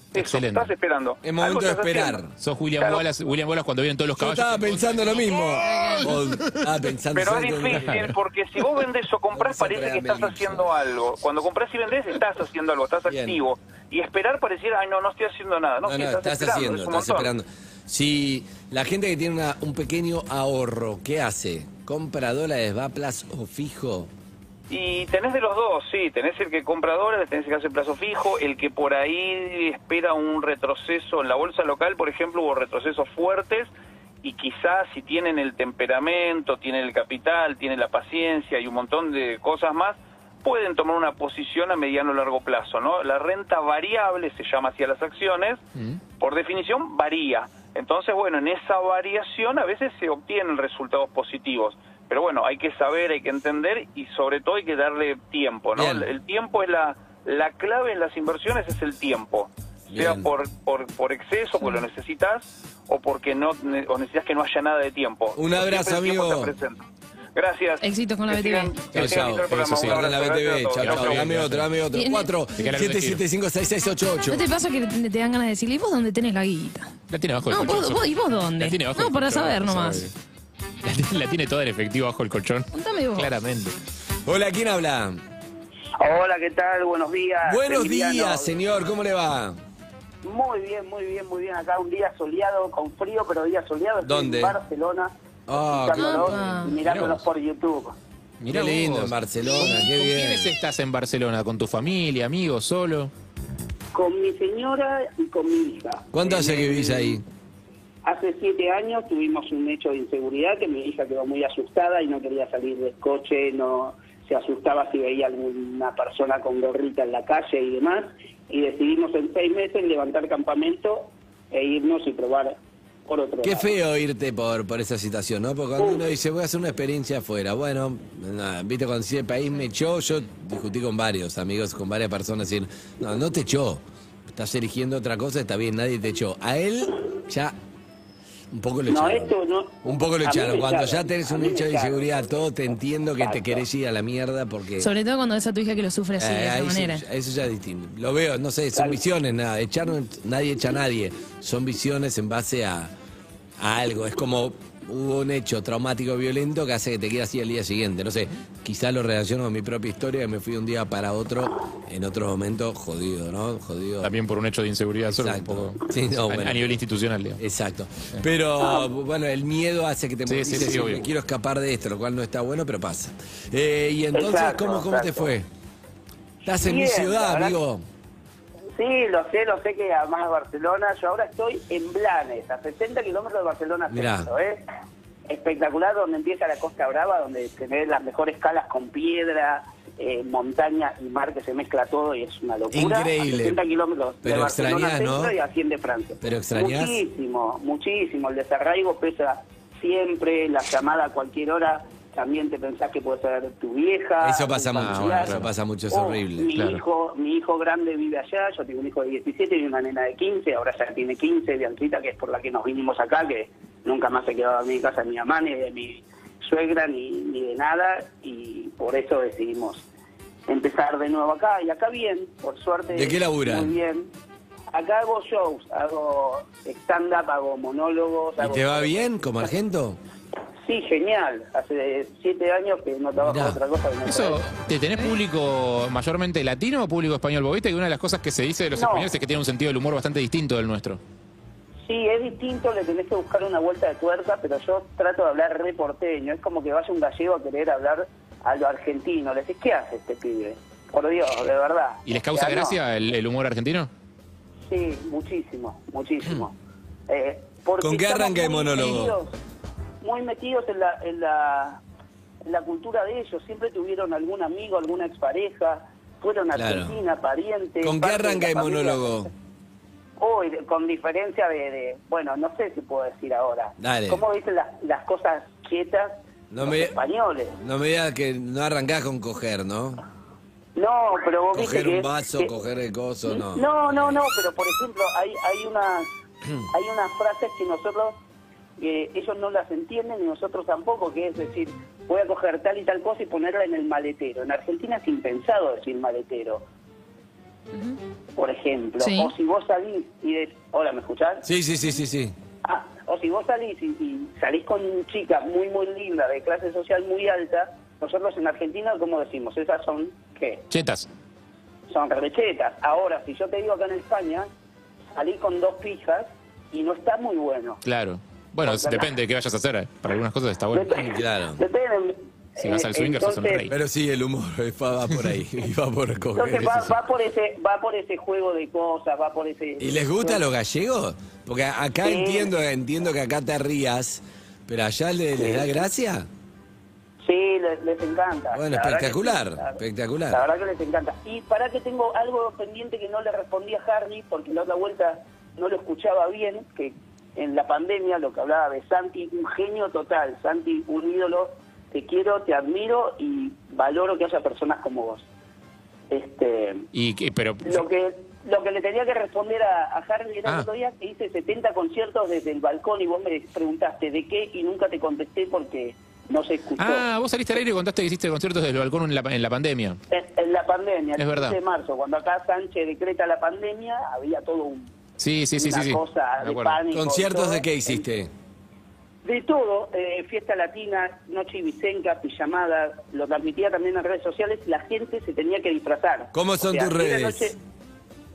Speaker 11: Eso,
Speaker 6: Excelente.
Speaker 11: estás esperando.
Speaker 3: es momento
Speaker 11: Algo
Speaker 3: de
Speaker 11: estás
Speaker 3: esperar.
Speaker 11: haciendo.
Speaker 6: Sos William
Speaker 11: Claro.
Speaker 6: Wallace, William Wallace cuando vienen todos los
Speaker 3: Yo
Speaker 6: caballos.
Speaker 3: estaba
Speaker 6: en contra.
Speaker 3: pensando lo mismo. Vos Estaba pensando
Speaker 11: Pero es
Speaker 3: exacto en-
Speaker 11: difícil porque si vos vendés o comprás
Speaker 3: Vamos a
Speaker 11: parece que
Speaker 3: traerme
Speaker 11: estás
Speaker 3: el guiso.
Speaker 11: haciendo algo. Cuando comprás y vendés estás haciendo algo, estás
Speaker 3: Bien.
Speaker 11: activo. Y esperar pareciera, ay no, no estoy haciendo nada. No,
Speaker 3: No,
Speaker 11: sí,
Speaker 3: no, estás
Speaker 11: estás, esperando,
Speaker 3: haciendo,
Speaker 11: es un
Speaker 3: estás
Speaker 11: montón.
Speaker 3: esperando. Si la gente que tiene una- un pequeño ahorro, ¿qué hace? ¿Compra dólares, va a plazo fijo?
Speaker 11: Y tenés de los dos, sí, tenés el que compra dólares, tenés el que hace plazo fijo, el que por ahí espera un retroceso en la bolsa local, por ejemplo, hubo retrocesos fuertes y quizás si tienen el temperamento, tienen el capital, tienen la paciencia y un montón de cosas más, pueden tomar una posición a mediano o largo plazo, ¿no? La renta variable se llama así a las acciones, por definición varía. Entonces, bueno, en esa variación a veces se obtienen resultados positivos. Pero bueno, hay que saber, hay que entender y sobre todo hay que darle tiempo, ¿no?
Speaker 3: Bien.
Speaker 11: El tiempo es la, la clave en las inversiones, es el tiempo. Sea
Speaker 3: Bien.
Speaker 11: por, por, por exceso, porque lo necesitas, o porque no ne- o necesitas que no haya nada de tiempo.
Speaker 3: Un
Speaker 11: Siempre
Speaker 3: abrazo,
Speaker 11: el tiempo
Speaker 3: amigo.
Speaker 11: está presente. Gracias.
Speaker 9: Éxitos con la
Speaker 11: Que
Speaker 9: BTV.
Speaker 11: sigan- que
Speaker 3: Chao,
Speaker 11: sigan lindo el
Speaker 3: chao.
Speaker 11: programa.
Speaker 6: Eso sí.
Speaker 11: Un
Speaker 3: Guarda
Speaker 11: abrazo.
Speaker 3: la
Speaker 11: Gracias a
Speaker 3: BTV.
Speaker 11: todos.
Speaker 3: Chao, chao.
Speaker 6: Chao,
Speaker 3: Dame
Speaker 6: chao.
Speaker 3: otro, dame otro.
Speaker 9: Tiene-
Speaker 3: 4
Speaker 6: Te quedaron elegidos.
Speaker 3: 775
Speaker 9: ¿No
Speaker 3: 6688.
Speaker 9: te pasa que te, te dan ganas de decirle, ¿y vos dónde tenés la guita?
Speaker 6: La tiene abajo el
Speaker 9: No,
Speaker 6: colchón.
Speaker 9: vos,
Speaker 6: Sofi.
Speaker 9: vos- ¿y vos dónde?
Speaker 6: Pues La tiene abajo
Speaker 9: No,
Speaker 6: el
Speaker 9: para
Speaker 6: colchón,
Speaker 9: saber
Speaker 6: vamos a
Speaker 9: nomás.
Speaker 6: ver. [laughs] La tiene, la tiene toda en efectivo bajo el colchón.
Speaker 9: Contame
Speaker 6: [laughs]
Speaker 9: vos.
Speaker 6: Claramente.
Speaker 3: Hola, ¿quién habla?
Speaker 12: Hola, ¿qué tal? Buenos días.
Speaker 3: Buenos
Speaker 12: Emiliano.
Speaker 3: días, señor. ¿Cómo le va?
Speaker 12: Muy bien, muy bien, muy bien. Acá un día soleado, con frío, pero día soleado. Estoy
Speaker 3: ¿Dónde?
Speaker 12: En Barcelona,
Speaker 3: Ah,
Speaker 12: escuchándolos
Speaker 9: claro.
Speaker 12: y
Speaker 6: Mirá
Speaker 12: mirándolos
Speaker 6: vos.
Speaker 12: por YouTube.
Speaker 3: Qué lindo en Barcelona, qué
Speaker 6: ¿Con
Speaker 3: bien.
Speaker 9: este?
Speaker 6: quiénes estás en Barcelona? ¿Con tu familia, amigos, solo?
Speaker 12: Con mi señora y con mi hija.
Speaker 3: ¿Cuánto hace que vivís ahí?
Speaker 12: Hace siete años tuvimos un hecho de inseguridad que mi hija quedó muy asustada y no quería salir del coche, no se asustaba si veía alguna persona con gorrita en la calle y demás. Y decidimos en seis meses levantar campamento e irnos y probar por otro
Speaker 3: Qué
Speaker 12: lado.
Speaker 3: feo irte por, por esa situación, ¿no? Porque cuando uno dice, voy a hacer una experiencia afuera, bueno, nada, viste, cuando si el país me echó, yo discutí con varios amigos, con varias personas, y no, no te echó. estás eligiendo otra cosa, está bien, nadie te echó. A él ya un poco lo
Speaker 11: No,
Speaker 3: echaron.
Speaker 11: esto no.
Speaker 3: Un poco lo
Speaker 11: a mí
Speaker 3: echaron.
Speaker 11: me
Speaker 3: Cuando ya
Speaker 11: echaron,
Speaker 3: tenés
Speaker 11: a
Speaker 3: un
Speaker 11: mí me
Speaker 3: hecho de
Speaker 11: echaron.
Speaker 3: inseguridad, todo te entiendo que te querés ir a la mierda porque...
Speaker 9: Sobre todo cuando ves a tu hija que lo sufre así, de
Speaker 3: Eh,
Speaker 9: esa
Speaker 3: ahí sí,
Speaker 9: manera.
Speaker 3: eso ya es distinto. Lo veo, no sé, son visiones, nada. Echar, no- nadie echa a nadie. Son visiones en base a, a algo. Es como hubo un hecho traumático, violento, que hace que te quedes así al día siguiente. No sé, quizás lo relaciono con mi propia historia, que me fui de un día para otro, en otro momento, jodido, ¿no? Jodido.
Speaker 6: También por un hecho de inseguridad solo, un
Speaker 3: Exacto.
Speaker 6: poco.
Speaker 3: Sí, no,
Speaker 6: a,
Speaker 3: bueno. Eh,
Speaker 6: a nivel institucional, digamos.
Speaker 3: Exacto. Pero bueno, el miedo hace que te
Speaker 6: Sí, sí,
Speaker 3: movilices,
Speaker 6: sí,
Speaker 3: siempre
Speaker 6: obvio.
Speaker 3: quiero escapar de esto, lo cual no está bueno, pero pasa. Eh, y entonces,
Speaker 11: Exacto,
Speaker 3: ¿cómo, cómo te
Speaker 11: exacto.
Speaker 3: fue? Estás en mi
Speaker 11: Bien, la
Speaker 3: ciudad,
Speaker 11: verdad
Speaker 3: amigo.
Speaker 11: Sí, lo sé, lo sé que además Barcelona. Yo ahora estoy en Blanes, a 60 kilómetros de Barcelona.
Speaker 3: Mirá.
Speaker 11: centro, ¿eh? Espectacular donde empieza la Costa Brava, donde tenés las mejores calas con piedra, eh, montaña y mar que se mezcla todo y es una locura.
Speaker 3: Increíble.
Speaker 11: A 60 kilómetros
Speaker 3: Pero
Speaker 11: de Barcelona
Speaker 3: extrañás, ¿no?
Speaker 11: centro y a 100 de Francia.
Speaker 3: Pero extrañás.
Speaker 11: Muchísimo, muchísimo. El desarraigo pesa siempre, la llamada a cualquier hora. También te pensás que puede ser tu vieja.
Speaker 3: Eso
Speaker 11: un
Speaker 3: pasa mucho,
Speaker 11: familiar. Oh,
Speaker 3: eso pasa mucho, es horrible,
Speaker 11: Mi
Speaker 3: claro.
Speaker 11: hijo, mi hijo grande vive allá, yo tengo un hijo de 17 y una nena de 15, ahora ya tiene 15, Bianquita, que es por la que nos vinimos acá, que nunca más se quedaba en mi casa de mi mamá, ni de mi suegra, ni, ni de nada, y por eso decidimos empezar de nuevo acá, y acá bien, por suerte.
Speaker 3: ¿De qué laburan?
Speaker 11: Muy bien. Acá hago shows, hago stand-up, hago monólogos.
Speaker 3: ¿Y
Speaker 11: hago-
Speaker 3: te va bien como Argento?
Speaker 11: Sí, genial. Hace siete años que no trabajo
Speaker 3: Mirá.
Speaker 11: otra cosa. que no
Speaker 6: Eso,
Speaker 11: trabajo.
Speaker 6: ¿te tenés público mayormente latino o público español? Porque viste que una de las cosas que se dice de los
Speaker 11: No.
Speaker 6: españoles es que tienen un sentido del humor bastante distinto del nuestro.
Speaker 11: Sí, es distinto, le tenés que buscar una vuelta de tuerca, pero yo trato de hablar re porteño. Es como que vaya un gallego a querer hablar a lo argentino. Le decís, ¿qué hace este pibe? Por Dios, de verdad.
Speaker 6: ¿Y les
Speaker 11: O
Speaker 6: causa
Speaker 11: sea, no.
Speaker 6: gracia el, el humor argentino?
Speaker 11: Sí, muchísimo,
Speaker 3: [clears throat]
Speaker 11: muchísimo. Eh, porque
Speaker 3: ¿Con qué
Speaker 11: estamos
Speaker 3: arranca el
Speaker 11: muy
Speaker 3: monólogo?
Speaker 11: metidos- muy metidos en la, en, la, en la cultura de ellos. Siempre tuvieron algún amigo, alguna expareja. Fueron a
Speaker 3: Claro.
Speaker 11: Argentina, parientes.
Speaker 3: ¿Con qué
Speaker 11: parte de la
Speaker 3: arranca el
Speaker 11: familia.
Speaker 3: monólogo?
Speaker 11: Uy, de- con diferencia de, de- Bueno, no sé si puedo decir ahora.
Speaker 3: Dale.
Speaker 11: ¿Cómo dicen las, las cosas quietas
Speaker 3: No
Speaker 11: los
Speaker 3: me-
Speaker 11: españoles?
Speaker 3: No me digas que no arrancás con coger, ¿no?
Speaker 11: No, pero vos viste
Speaker 3: Coger
Speaker 11: que...
Speaker 3: un vaso,
Speaker 11: que-
Speaker 3: coger el coso, no.
Speaker 11: No, no, no, pero por ejemplo, hay, hay,
Speaker 3: [clears throat]
Speaker 11: unas, hay unas frases que nosotros, eh, ellos no las entienden y nosotros tampoco, que es decir, voy a coger tal y tal cosa y ponerla en el maletero. En Argentina es impensado decir maletero, por ejemplo.
Speaker 9: Sí.
Speaker 11: O si vos salís y decís, hola, ¿me escuchás?
Speaker 3: Sí, sí, sí, sí, sí.
Speaker 11: Ah, o si vos salís y, y salís con chicas muy, muy lindas, de clase social muy alta, nosotros en Argentina, ¿cómo decimos? Esas son, ¿qué?
Speaker 6: Chetas.
Speaker 11: Son rechetas. Ahora, si yo te digo acá en España, salí con dos pijas y no está muy bueno.
Speaker 6: Claro. Bueno, es- depende de qué vayas a hacer. eh. Para algunas cosas está bueno.
Speaker 3: [laughs]
Speaker 11: Depende- [laughs]
Speaker 3: claro.
Speaker 11: depende-
Speaker 6: Si vas al
Speaker 11: eh,
Speaker 6: swinger, sos un
Speaker 11: entonces-
Speaker 6: rey.
Speaker 3: Pero sí, el humor [laughs] va, va por ahí, [laughs] y va por [laughs] coger.
Speaker 11: Entonces va,
Speaker 3: eso sí.
Speaker 11: va por ese va por ese juego de cosas, va por ese...
Speaker 3: ¿Y les gusta a los gallegos? Porque a- acá
Speaker 11: Sí.
Speaker 3: entiendo, entiendo que acá te rías, pero allá le- les da gracia.
Speaker 11: Sí, les, les encanta.
Speaker 3: Bueno,
Speaker 11: La verdad que
Speaker 3: espectacular,
Speaker 11: sí, la-
Speaker 3: espectacular.
Speaker 11: La verdad que les encanta. Y para que tengo algo pendiente que no le respondí a Harry, porque la otra vuelta no lo escuchaba bien, que en la pandemia lo que hablaba de Santi, un genio total, Santi, un ídolo, te quiero, te admiro y valoro que haya personas como vos. Este,
Speaker 6: Y, que- pero
Speaker 11: lo que lo que le tenía que responder a, a Harry era
Speaker 6: Ah.
Speaker 11: el otro día que hice 70 conciertos desde el balcón y vos me preguntaste de qué y nunca te contesté porque no se escuchó.
Speaker 6: Ah, vos saliste al aire y contaste que hiciste conciertos desde el balcón en la, en la pandemia.
Speaker 11: En, en la pandemia, el
Speaker 6: Es verdad.
Speaker 11: de marzo, cuando acá Sánchez decreta la pandemia, había todo un,
Speaker 6: Sí, sí, sí,
Speaker 11: una
Speaker 6: sí. sí.
Speaker 11: cosa
Speaker 6: Me
Speaker 11: de
Speaker 6: acuerdo.
Speaker 11: pánico.
Speaker 3: ¿Conciertos
Speaker 11: todo.
Speaker 3: de qué hiciste?
Speaker 11: De todo, eh, fiesta latina, noche ibicenca, pijamada, lo transmitía también en redes sociales, la gente se tenía que disfrazar.
Speaker 3: ¿Cómo
Speaker 11: O
Speaker 3: son
Speaker 11: sea,
Speaker 3: tus
Speaker 11: era
Speaker 3: redes?
Speaker 11: noche-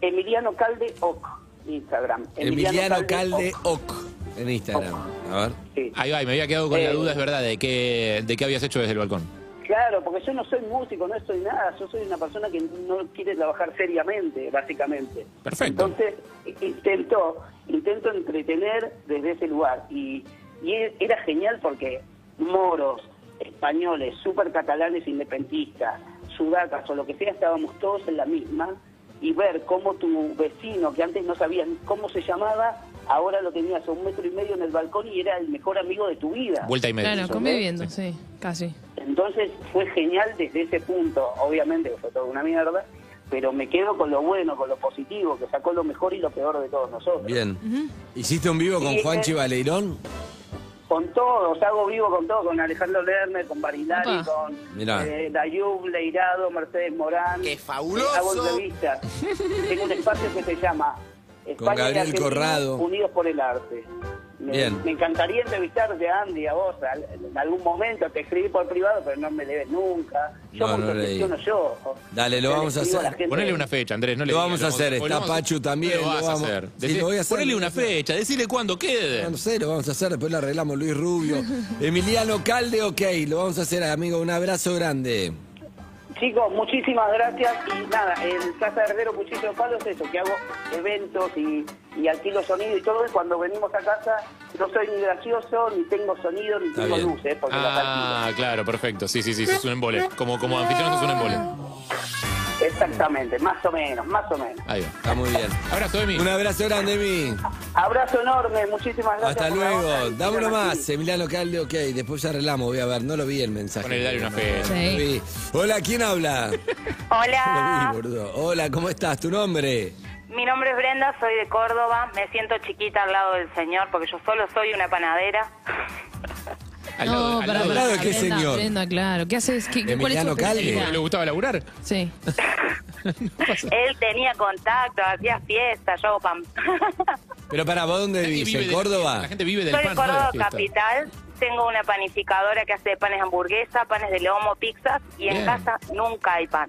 Speaker 11: Emiliano Calde Oc, Instagram.
Speaker 3: Emiliano Calde
Speaker 11: Oc.
Speaker 3: Oc en Instagram. A ver.
Speaker 11: Sí.
Speaker 6: Ahí va, y me había quedado con la
Speaker 11: Eh.
Speaker 6: duda, es verdad, de qué, de qué habías hecho desde el balcón.
Speaker 11: Claro, porque yo no soy músico, no soy nada, yo soy una persona que no quiere trabajar seriamente, básicamente.
Speaker 6: Perfecto.
Speaker 11: Entonces, i- intento, intento entretener desde ese lugar. Y, y e- era genial porque moros, españoles, super catalanes independentistas, sudacas o lo que sea, estábamos todos en la misma. Y ver cómo tu vecino, que antes no sabías cómo se llamaba, ahora lo tenías a un metro y medio en el balcón y era el mejor amigo de tu vida.
Speaker 6: Vuelta y media.
Speaker 9: Claro, conviviendo, sí, casi.
Speaker 11: Entonces fue genial desde ese punto, obviamente que fue toda una mierda, pero me quedo con lo bueno, con lo positivo, que sacó lo mejor y lo peor de todos nosotros.
Speaker 3: Bien. ¿Hiciste un vivo con
Speaker 11: Sí,
Speaker 3: Juanchi
Speaker 11: eh.
Speaker 3: Baleirón?
Speaker 11: Con todos, hago vivo con todos, con Alejandro Lerner, con Barilari, con
Speaker 3: Mirá.
Speaker 11: eh, Dayub, Leirado, Mercedes Morán. ¡Qué
Speaker 13: fabuloso!
Speaker 11: Hago entrevistas. Tengo un espacio que se llama España y
Speaker 3: Gabriel
Speaker 11: Argentina
Speaker 3: Corrado.
Speaker 11: Unidos por el Arte. Me,
Speaker 3: Bien.
Speaker 11: me encantaría entrevistarte, Andy, a vos. al- en algún momento te escribí por privado, pero no me debes nunca. Yo
Speaker 3: No, no
Speaker 11: porque
Speaker 3: leí.
Speaker 11: gestiono yo.
Speaker 3: Dale, lo
Speaker 11: Yo le
Speaker 3: vamos a
Speaker 11: escribo
Speaker 3: hacer.
Speaker 11: la gente-
Speaker 6: Ponele una fecha, Andrés, no le
Speaker 3: Lo
Speaker 6: digas,
Speaker 3: vamos a hacer,
Speaker 6: o lo
Speaker 3: está
Speaker 6: vamos a-
Speaker 3: Pachu
Speaker 6: no
Speaker 3: también,
Speaker 6: Lo
Speaker 3: lo
Speaker 6: vas
Speaker 3: vamos-
Speaker 6: a hacer.
Speaker 3: Sí,
Speaker 6: Decí-
Speaker 3: lo voy a hacer,
Speaker 6: Ponele
Speaker 3: lo voy a
Speaker 6: una
Speaker 3: hacer.
Speaker 6: fecha, decirle cuándo quede.
Speaker 3: No sé, lo vamos a hacer, después lo arreglamos Luis
Speaker 6: [laughs]
Speaker 3: Rubio. Emiliano Calde, ok, lo vamos a hacer, amigo, un abrazo grande.
Speaker 11: Chicos, muchísimas gracias. Y nada, el Casa de Herrero Cuchillo de Palo es eso, que hago eventos y, y alquilo sonido y todo. Y cuando venimos a casa, no soy ni gracioso, ni tengo sonido, ni
Speaker 6: Está
Speaker 11: tengo
Speaker 6: bien.
Speaker 11: luces, porque las alquilo.
Speaker 6: Ah, claro, perfecto. Sí, sí, sí, sos un embole. Como, como anfitrión sos un embole.
Speaker 11: Exactamente, más o menos, más o menos.
Speaker 6: Ahí va.
Speaker 3: Está muy bien.
Speaker 6: Abrazo, Emi.
Speaker 3: Un abrazo grande, Emi.
Speaker 11: Abrazo enorme, muchísimas gracias.
Speaker 3: Hasta
Speaker 11: por la
Speaker 3: luego.
Speaker 11: onda.
Speaker 3: Dámonos más. eh. Emiliano Calde, ok. Después ya arreglamos. Voy a ver. No lo vi el mensaje.
Speaker 6: Ponele, dale una
Speaker 3: No,
Speaker 6: fe.
Speaker 3: no lo vi. Hola, ¿quién habla?
Speaker 14: Hola,
Speaker 3: [laughs] No lo vi, boludo. Hola, ¿cómo estás? ¿Tu nombre?
Speaker 14: mi nombre es Brenda, soy de Córdoba. Me siento chiquita al lado del señor porque yo solo soy una panadera.
Speaker 6: Al lado de-
Speaker 9: No,
Speaker 6: al
Speaker 9: para,
Speaker 6: lado de-
Speaker 9: para,
Speaker 3: de qué
Speaker 9: Brenda,
Speaker 3: señor?
Speaker 9: Brenda, claro. ¿Qué haces? ¿Qué, ¿Cuál es tu
Speaker 3: Emiliano Calde.
Speaker 9: especialidad?
Speaker 6: ¿Le gustaba laburar?
Speaker 9: Sí.
Speaker 14: Él tenía contacto, hacía fiestas, yo hago [laughs] pam.
Speaker 3: Pero para, ¿vos dónde
Speaker 6: Nadie
Speaker 3: vivís?
Speaker 6: vive
Speaker 3: ¿En
Speaker 6: de-
Speaker 3: Córdoba?
Speaker 6: La gente vive del
Speaker 14: Soy de
Speaker 6: pan, no de
Speaker 14: Córdoba
Speaker 6: la fiesta.
Speaker 14: Capital. Tengo una panificadora que hace panes hamburguesa, panes de lomo, pizzas y en
Speaker 6: Bien.
Speaker 14: casa nunca hay pan.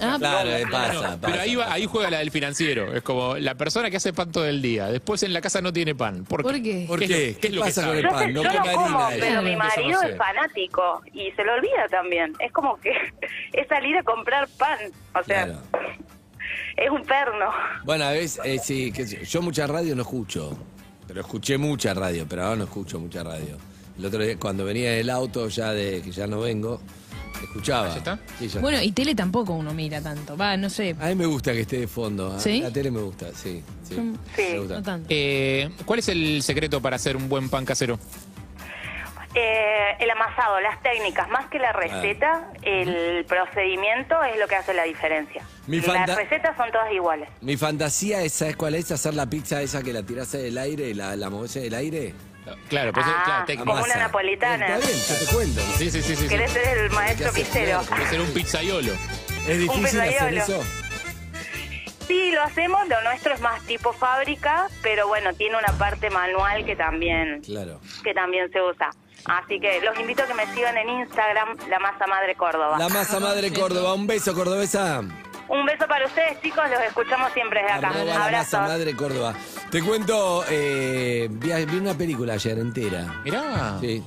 Speaker 9: Ah,
Speaker 3: [laughs] Claro, eh,
Speaker 6: No,
Speaker 3: pasa,
Speaker 6: pero
Speaker 3: pasa.
Speaker 6: ahí, va, ahí juega la del financiero. Es como la persona que hace pan todo el día. Después en la casa no tiene pan. ¿Por qué?
Speaker 9: ¿Por qué?
Speaker 3: ¿Por
Speaker 6: es lo-
Speaker 3: qué?
Speaker 6: es lo
Speaker 3: ¿Qué
Speaker 6: que
Speaker 3: pasa con
Speaker 6: sabe?
Speaker 3: el
Speaker 14: Yo,
Speaker 3: pan?
Speaker 14: sé-
Speaker 3: no
Speaker 14: yo
Speaker 3: come
Speaker 14: no como,
Speaker 3: harina, eh.
Speaker 14: pero mi
Speaker 6: Empieza a
Speaker 14: marido
Speaker 6: hacer.
Speaker 14: es fanático y se lo olvida también. Es como que [laughs] es salir a comprar pan. O sea,
Speaker 3: Claro.
Speaker 14: es un perno.
Speaker 3: Bueno, a veces, eh, sí, qué sé yo. yo mucha radio no escucho, pero escuché mucha radio, pero ahora no escucho mucha radio. El otro día, cuando venía en el auto, ya de que ya no vengo, escuchaba.
Speaker 6: Ah, ¿Ya está?
Speaker 3: Sí, ya
Speaker 9: Bueno, y tele tampoco uno mira tanto. Va, no sé.
Speaker 3: está. A mí me gusta que esté de fondo. ¿ah?
Speaker 9: ¿Sí?
Speaker 3: La tele me gusta, sí. Sí.
Speaker 14: Sí.
Speaker 3: Me gusta.
Speaker 9: No tanto.
Speaker 6: Eh, ¿Cuál es el secreto para hacer un buen pan casero?
Speaker 14: Eh, el amasado, las técnicas, más que la receta, el procedimiento es lo que hace la diferencia.
Speaker 3: Mi fanta-
Speaker 14: Las recetas son todas iguales.
Speaker 3: Mi fantasía es, ¿sabes cuál es? Hacer la pizza esa que la tirás del aire, la, la movés del aire.
Speaker 6: Claro, pues
Speaker 14: Ah,
Speaker 6: claro,
Speaker 14: Como una
Speaker 6: técnica.
Speaker 3: Amasa.
Speaker 14: napolitana.
Speaker 3: Está bien, yo te cuento.
Speaker 6: Sí, sí, sí, sí. sí.
Speaker 14: ¿Querés ser el maestro
Speaker 3: hacer
Speaker 14: pizzero?
Speaker 3: claro.
Speaker 6: Puede ser un pizzaiolo.
Speaker 3: ¿Es difícil hacer
Speaker 14: pizzaiolo.
Speaker 3: eso?
Speaker 14: Sí, lo hacemos, lo nuestro es más tipo fábrica, pero bueno, tiene una parte manual que también
Speaker 3: Claro.
Speaker 14: que también se usa. Así que los invito a que me sigan en Instagram, La Masa Madre Córdoba.
Speaker 3: La masa madre Córdoba, un beso cordobesa.
Speaker 14: Un beso para ustedes, chicos, los escuchamos siempre desde acá.
Speaker 3: Arroba la masa
Speaker 14: Abrazos.
Speaker 3: madre Córdoba. Te cuento, eh, vi, vi una película ayer entera.
Speaker 6: Mirá.
Speaker 3: Sí.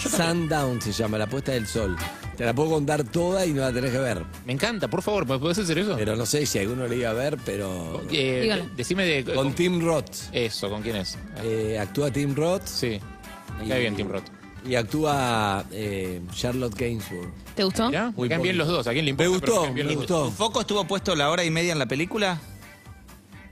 Speaker 3: Sundown se llama, La puesta del sol. Te la puedo contar toda y no la tenés que ver.
Speaker 6: Me encanta, por favor, ¿me podés hacer eso?
Speaker 3: Pero no sé si alguno le iba a ver, pero...
Speaker 6: Eh,
Speaker 9: Dígalo.
Speaker 6: decime de.
Speaker 3: Con Tim Roth.
Speaker 6: Eso, ¿con quién es?
Speaker 3: Eh, actúa Tim Roth
Speaker 6: Sí. Me cae bien Tim Roth.
Speaker 3: y actúa eh, Charlotte Gainsbourg.
Speaker 9: ¿Te gustó?
Speaker 6: Mirá,
Speaker 3: Muy
Speaker 6: me caen bien
Speaker 3: poquito.
Speaker 6: los dos. ¿A quién le
Speaker 3: Me
Speaker 6: importa? Pero
Speaker 3: gustó,
Speaker 6: caen bien
Speaker 3: me
Speaker 6: los dos.
Speaker 1: ¿Tu
Speaker 3: gustó.
Speaker 1: foco estuvo puesto la hora y media en la película?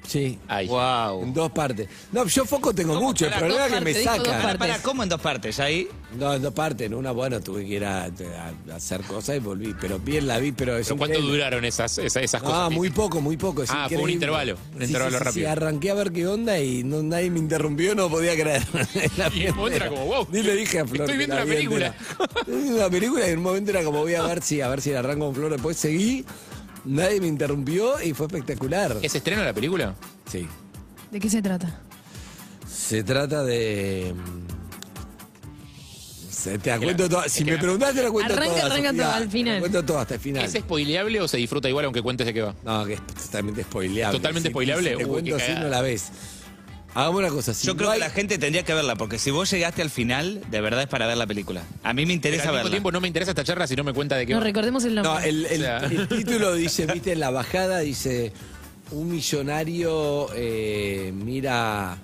Speaker 3: Sí.
Speaker 6: Ay.
Speaker 1: Wow.
Speaker 3: En dos partes. No, yo foco tengo mucho, el
Speaker 1: Pará,
Speaker 3: problema
Speaker 9: dos
Speaker 3: es que me
Speaker 9: partes, dijo dos
Speaker 3: saca.
Speaker 1: Para, para, ¿cómo en dos partes? Ahí.
Speaker 3: No, en dos partes. En una, bueno, tuve que ir a, a- a hacer cosas y volví. Pero bien la vi, pero es
Speaker 6: ¿Pero cuánto
Speaker 3: increíble.
Speaker 6: duraron esas, esas, esas cosas?
Speaker 3: Ah,
Speaker 6: que
Speaker 3: muy
Speaker 6: hiciste?
Speaker 3: poco, muy poco. es
Speaker 6: Ah, fue un
Speaker 3: increíble.
Speaker 6: intervalo, un
Speaker 3: Sí, sí,
Speaker 6: intervalo
Speaker 3: sí, sí,
Speaker 6: rápido.
Speaker 3: arranqué a ver qué onda y no- nadie me interrumpió, no podía creer. [laughs] La
Speaker 6: Y en un momento
Speaker 3: mierda.
Speaker 6: era como, wow,
Speaker 3: Ni le dije a Flor.
Speaker 6: estoy
Speaker 3: que
Speaker 6: viendo
Speaker 3: la
Speaker 6: una
Speaker 3: vi
Speaker 6: película.
Speaker 3: entera. Estoy viendo una película y en un momento era como, voy a ver si, a ver si la arranco con Flor. Después seguí, nadie me interrumpió y fue espectacular.
Speaker 6: ¿Es estreno la película?
Speaker 3: Sí.
Speaker 9: ¿De qué se trata?
Speaker 3: Se trata de. mm, Se- te la cuento toda. Si
Speaker 6: es que
Speaker 3: me
Speaker 6: la-
Speaker 3: preguntás, te la cuento
Speaker 9: Arranca,
Speaker 3: toda.
Speaker 9: arranca
Speaker 3: Sofía.
Speaker 9: todo al
Speaker 3: Te la
Speaker 9: final.
Speaker 3: cuento todo hasta el final.
Speaker 6: ¿Es spoileable o se disfruta igual aunque cuentes de qué va?
Speaker 3: No, que es totalmente spoileable.
Speaker 6: ¿Totalmente
Speaker 3: Si-
Speaker 6: spoileable?
Speaker 3: Si te
Speaker 6: Uy,
Speaker 3: cuento
Speaker 6: qué
Speaker 3: así,
Speaker 6: cagada.
Speaker 3: no la ves. Hagamos una cosa. Si
Speaker 1: Yo
Speaker 3: no
Speaker 1: creo que
Speaker 3: hay-
Speaker 1: la gente tendría que verla, porque si vos llegaste al final, de verdad es para ver la película. A mí me
Speaker 6: Pero
Speaker 1: interesa
Speaker 6: al mismo
Speaker 1: verla.
Speaker 6: tiempo no me interesa esta charla si no me cuenta de qué
Speaker 9: No,
Speaker 6: va.
Speaker 9: recordemos el nombre.
Speaker 3: No, el, el-
Speaker 6: O sea.
Speaker 3: el
Speaker 6: [laughs]
Speaker 3: título dice, viste, en la bajada dice, un millonario eh, mira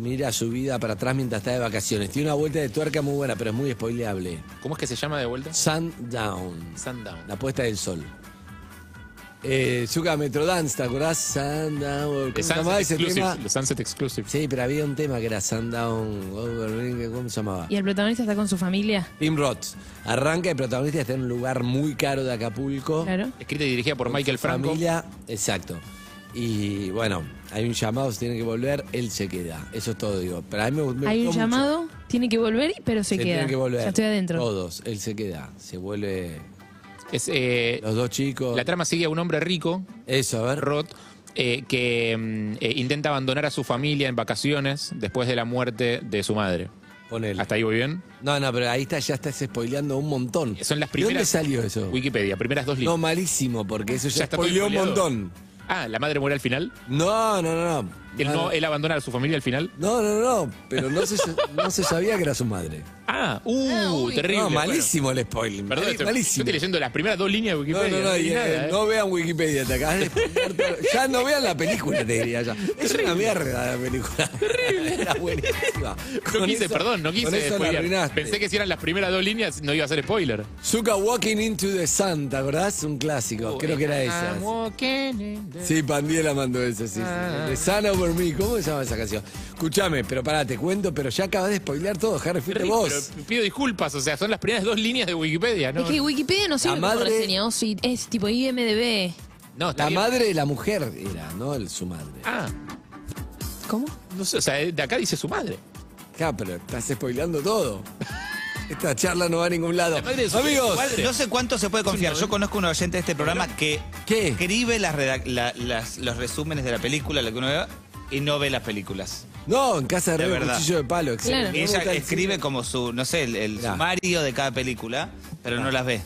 Speaker 3: mira su vida para atrás mientras está de vacaciones. Tiene una vuelta de tuerca muy buena, pero es muy spoileable.
Speaker 6: ¿Cómo es que se llama de vuelta?
Speaker 3: Sundown,
Speaker 6: Sundown.
Speaker 3: la puesta del sol. Eh, Yuka Metro Dance, ¿te acordás? Sundown. ¿Cómo
Speaker 6: Eh,
Speaker 3: se llamaba
Speaker 6: Sunset
Speaker 3: ese
Speaker 6: Exclusive,
Speaker 3: tema?
Speaker 6: los Sunset Exclusive.
Speaker 3: Sí, pero había un tema que era Sundown. Over- ¿Cómo se llamaba?
Speaker 9: ¿Y el protagonista está con su familia?
Speaker 3: Tim Roth. Arranca de protagonista está en un lugar muy caro de Acapulco.
Speaker 9: Claro.
Speaker 6: Escrita y dirigida por
Speaker 3: Con
Speaker 6: Michael
Speaker 3: su
Speaker 6: Franco.
Speaker 3: Familia, exacto. Y bueno, hay un llamado, se tiene que volver, él se queda. Eso es todo, digo. Pero a mí me, me
Speaker 9: Hay
Speaker 3: gustó
Speaker 9: un
Speaker 3: mucho.
Speaker 9: llamado, tiene que volver, pero se, queda.
Speaker 3: tiene que volver.
Speaker 9: Ya estoy adentro.
Speaker 3: Todos, él se queda. Se vuelve
Speaker 6: Es, eh,
Speaker 3: los dos chicos.
Speaker 6: la trama sigue a un hombre rico,
Speaker 3: Eso, a ver.
Speaker 6: Roth, eh, que mm, eh, intenta abandonar a su familia en vacaciones después de la muerte de su madre.
Speaker 3: Ponele.
Speaker 6: ¿Hasta ahí voy bien?
Speaker 3: No, no, pero ahí está, ya estás spoileando un montón.
Speaker 6: Son las
Speaker 3: ¿De dónde
Speaker 6: primeras-
Speaker 3: salió eso?
Speaker 6: Wikipedia, primeras dos
Speaker 3: No,
Speaker 6: líneas.
Speaker 3: malísimo, porque eso ya,
Speaker 6: Ya está todo
Speaker 3: spoileó un
Speaker 6: spoileado.
Speaker 3: montón.
Speaker 6: Ah, ¿la madre muere al final?
Speaker 3: No, no, no, no.
Speaker 6: ¿Él,
Speaker 3: No,
Speaker 6: no, ¿Él abandona a su familia al final?
Speaker 3: No, no, no, pero no se, no se sabía que era su madre.
Speaker 6: Ah, uh, terrible.
Speaker 3: No,
Speaker 6: bueno.
Speaker 3: malísimo el spoiler.
Speaker 6: Perdón,
Speaker 3: mali-
Speaker 6: estoy- yo
Speaker 3: malísimo.
Speaker 6: estoy leyendo las primeras dos líneas de
Speaker 3: No,
Speaker 6: Wikipedia.
Speaker 3: no, no,
Speaker 6: leí
Speaker 3: y, eh,
Speaker 6: nada, ¿eh?
Speaker 3: no vean Wikipedia, te acabas de spoilear todo. Ya no vean la película, te diría ya. Es una mierda la película. Terrible. Era buenísima.
Speaker 6: No
Speaker 3: Con
Speaker 6: quise,
Speaker 3: eso-
Speaker 6: perdón, no quise
Speaker 3: Con eso la
Speaker 6: spoilear.
Speaker 3: arruinaste.
Speaker 6: Pensé que si eran las primeras dos líneas no iba a ser spoiler.
Speaker 3: Zuka Walking into the Sun, ¿te acordás? Un clásico, creo que era esa.
Speaker 6: I'm walking in the-
Speaker 3: Sí, Pandiela mandó eso, sí. sí.
Speaker 6: Ah.
Speaker 3: The Sun Over Me, ¿cómo se llama esa canción? Escuchame, pero pará, te cuento, pero ya acabas de spoilear todo, Harry, fuiste
Speaker 6: Terrible,
Speaker 3: vos.
Speaker 6: pero pido disculpas, o sea, son las primeras dos líneas de Wikipedia, ¿no?
Speaker 9: Es que Wikipedia no sirve como
Speaker 3: madre-
Speaker 9: reseña, o si es tipo IMDB.
Speaker 6: no, está
Speaker 3: La
Speaker 6: bien.
Speaker 3: madre de la mujer era, ¿no? El- su madre.
Speaker 6: Ah,
Speaker 9: ¿Cómo?
Speaker 6: no sé, o sea, de acá dice su madre.
Speaker 3: Ja, Ah, pero estás spoileando
Speaker 6: [laughs]
Speaker 3: todo. Esta charla no va a ningún lado.
Speaker 6: La madre de su-
Speaker 3: Amigos,
Speaker 6: igual-
Speaker 1: No sé cuánto se puede confiar. Yo conozco un oyente de este programa que
Speaker 3: ¿Qué?
Speaker 1: escribe las redac- la- las- los resúmenes de la película, lo que uno ve, y no ve las películas.
Speaker 3: no, en casa de
Speaker 1: De
Speaker 3: Rey, un
Speaker 1: verdad.
Speaker 3: cuchillo de palo. excelente.
Speaker 9: Claro.
Speaker 1: Y
Speaker 3: Me
Speaker 1: ella
Speaker 3: gusta el
Speaker 1: escribe
Speaker 3: cine.
Speaker 1: como su, no sé, el, el
Speaker 3: Mirá.
Speaker 1: sumario de cada película, pero no las ve.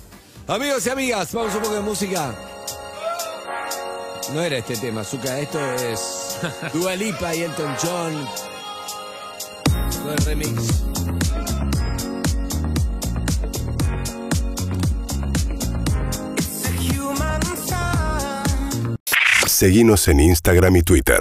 Speaker 3: Amigos y amigas, vamos un poco de música. No era este tema, Zuka, esto es Dua Lipa y Elton John. Con el remix.
Speaker 13: Seguimos en Instagram y Twitter.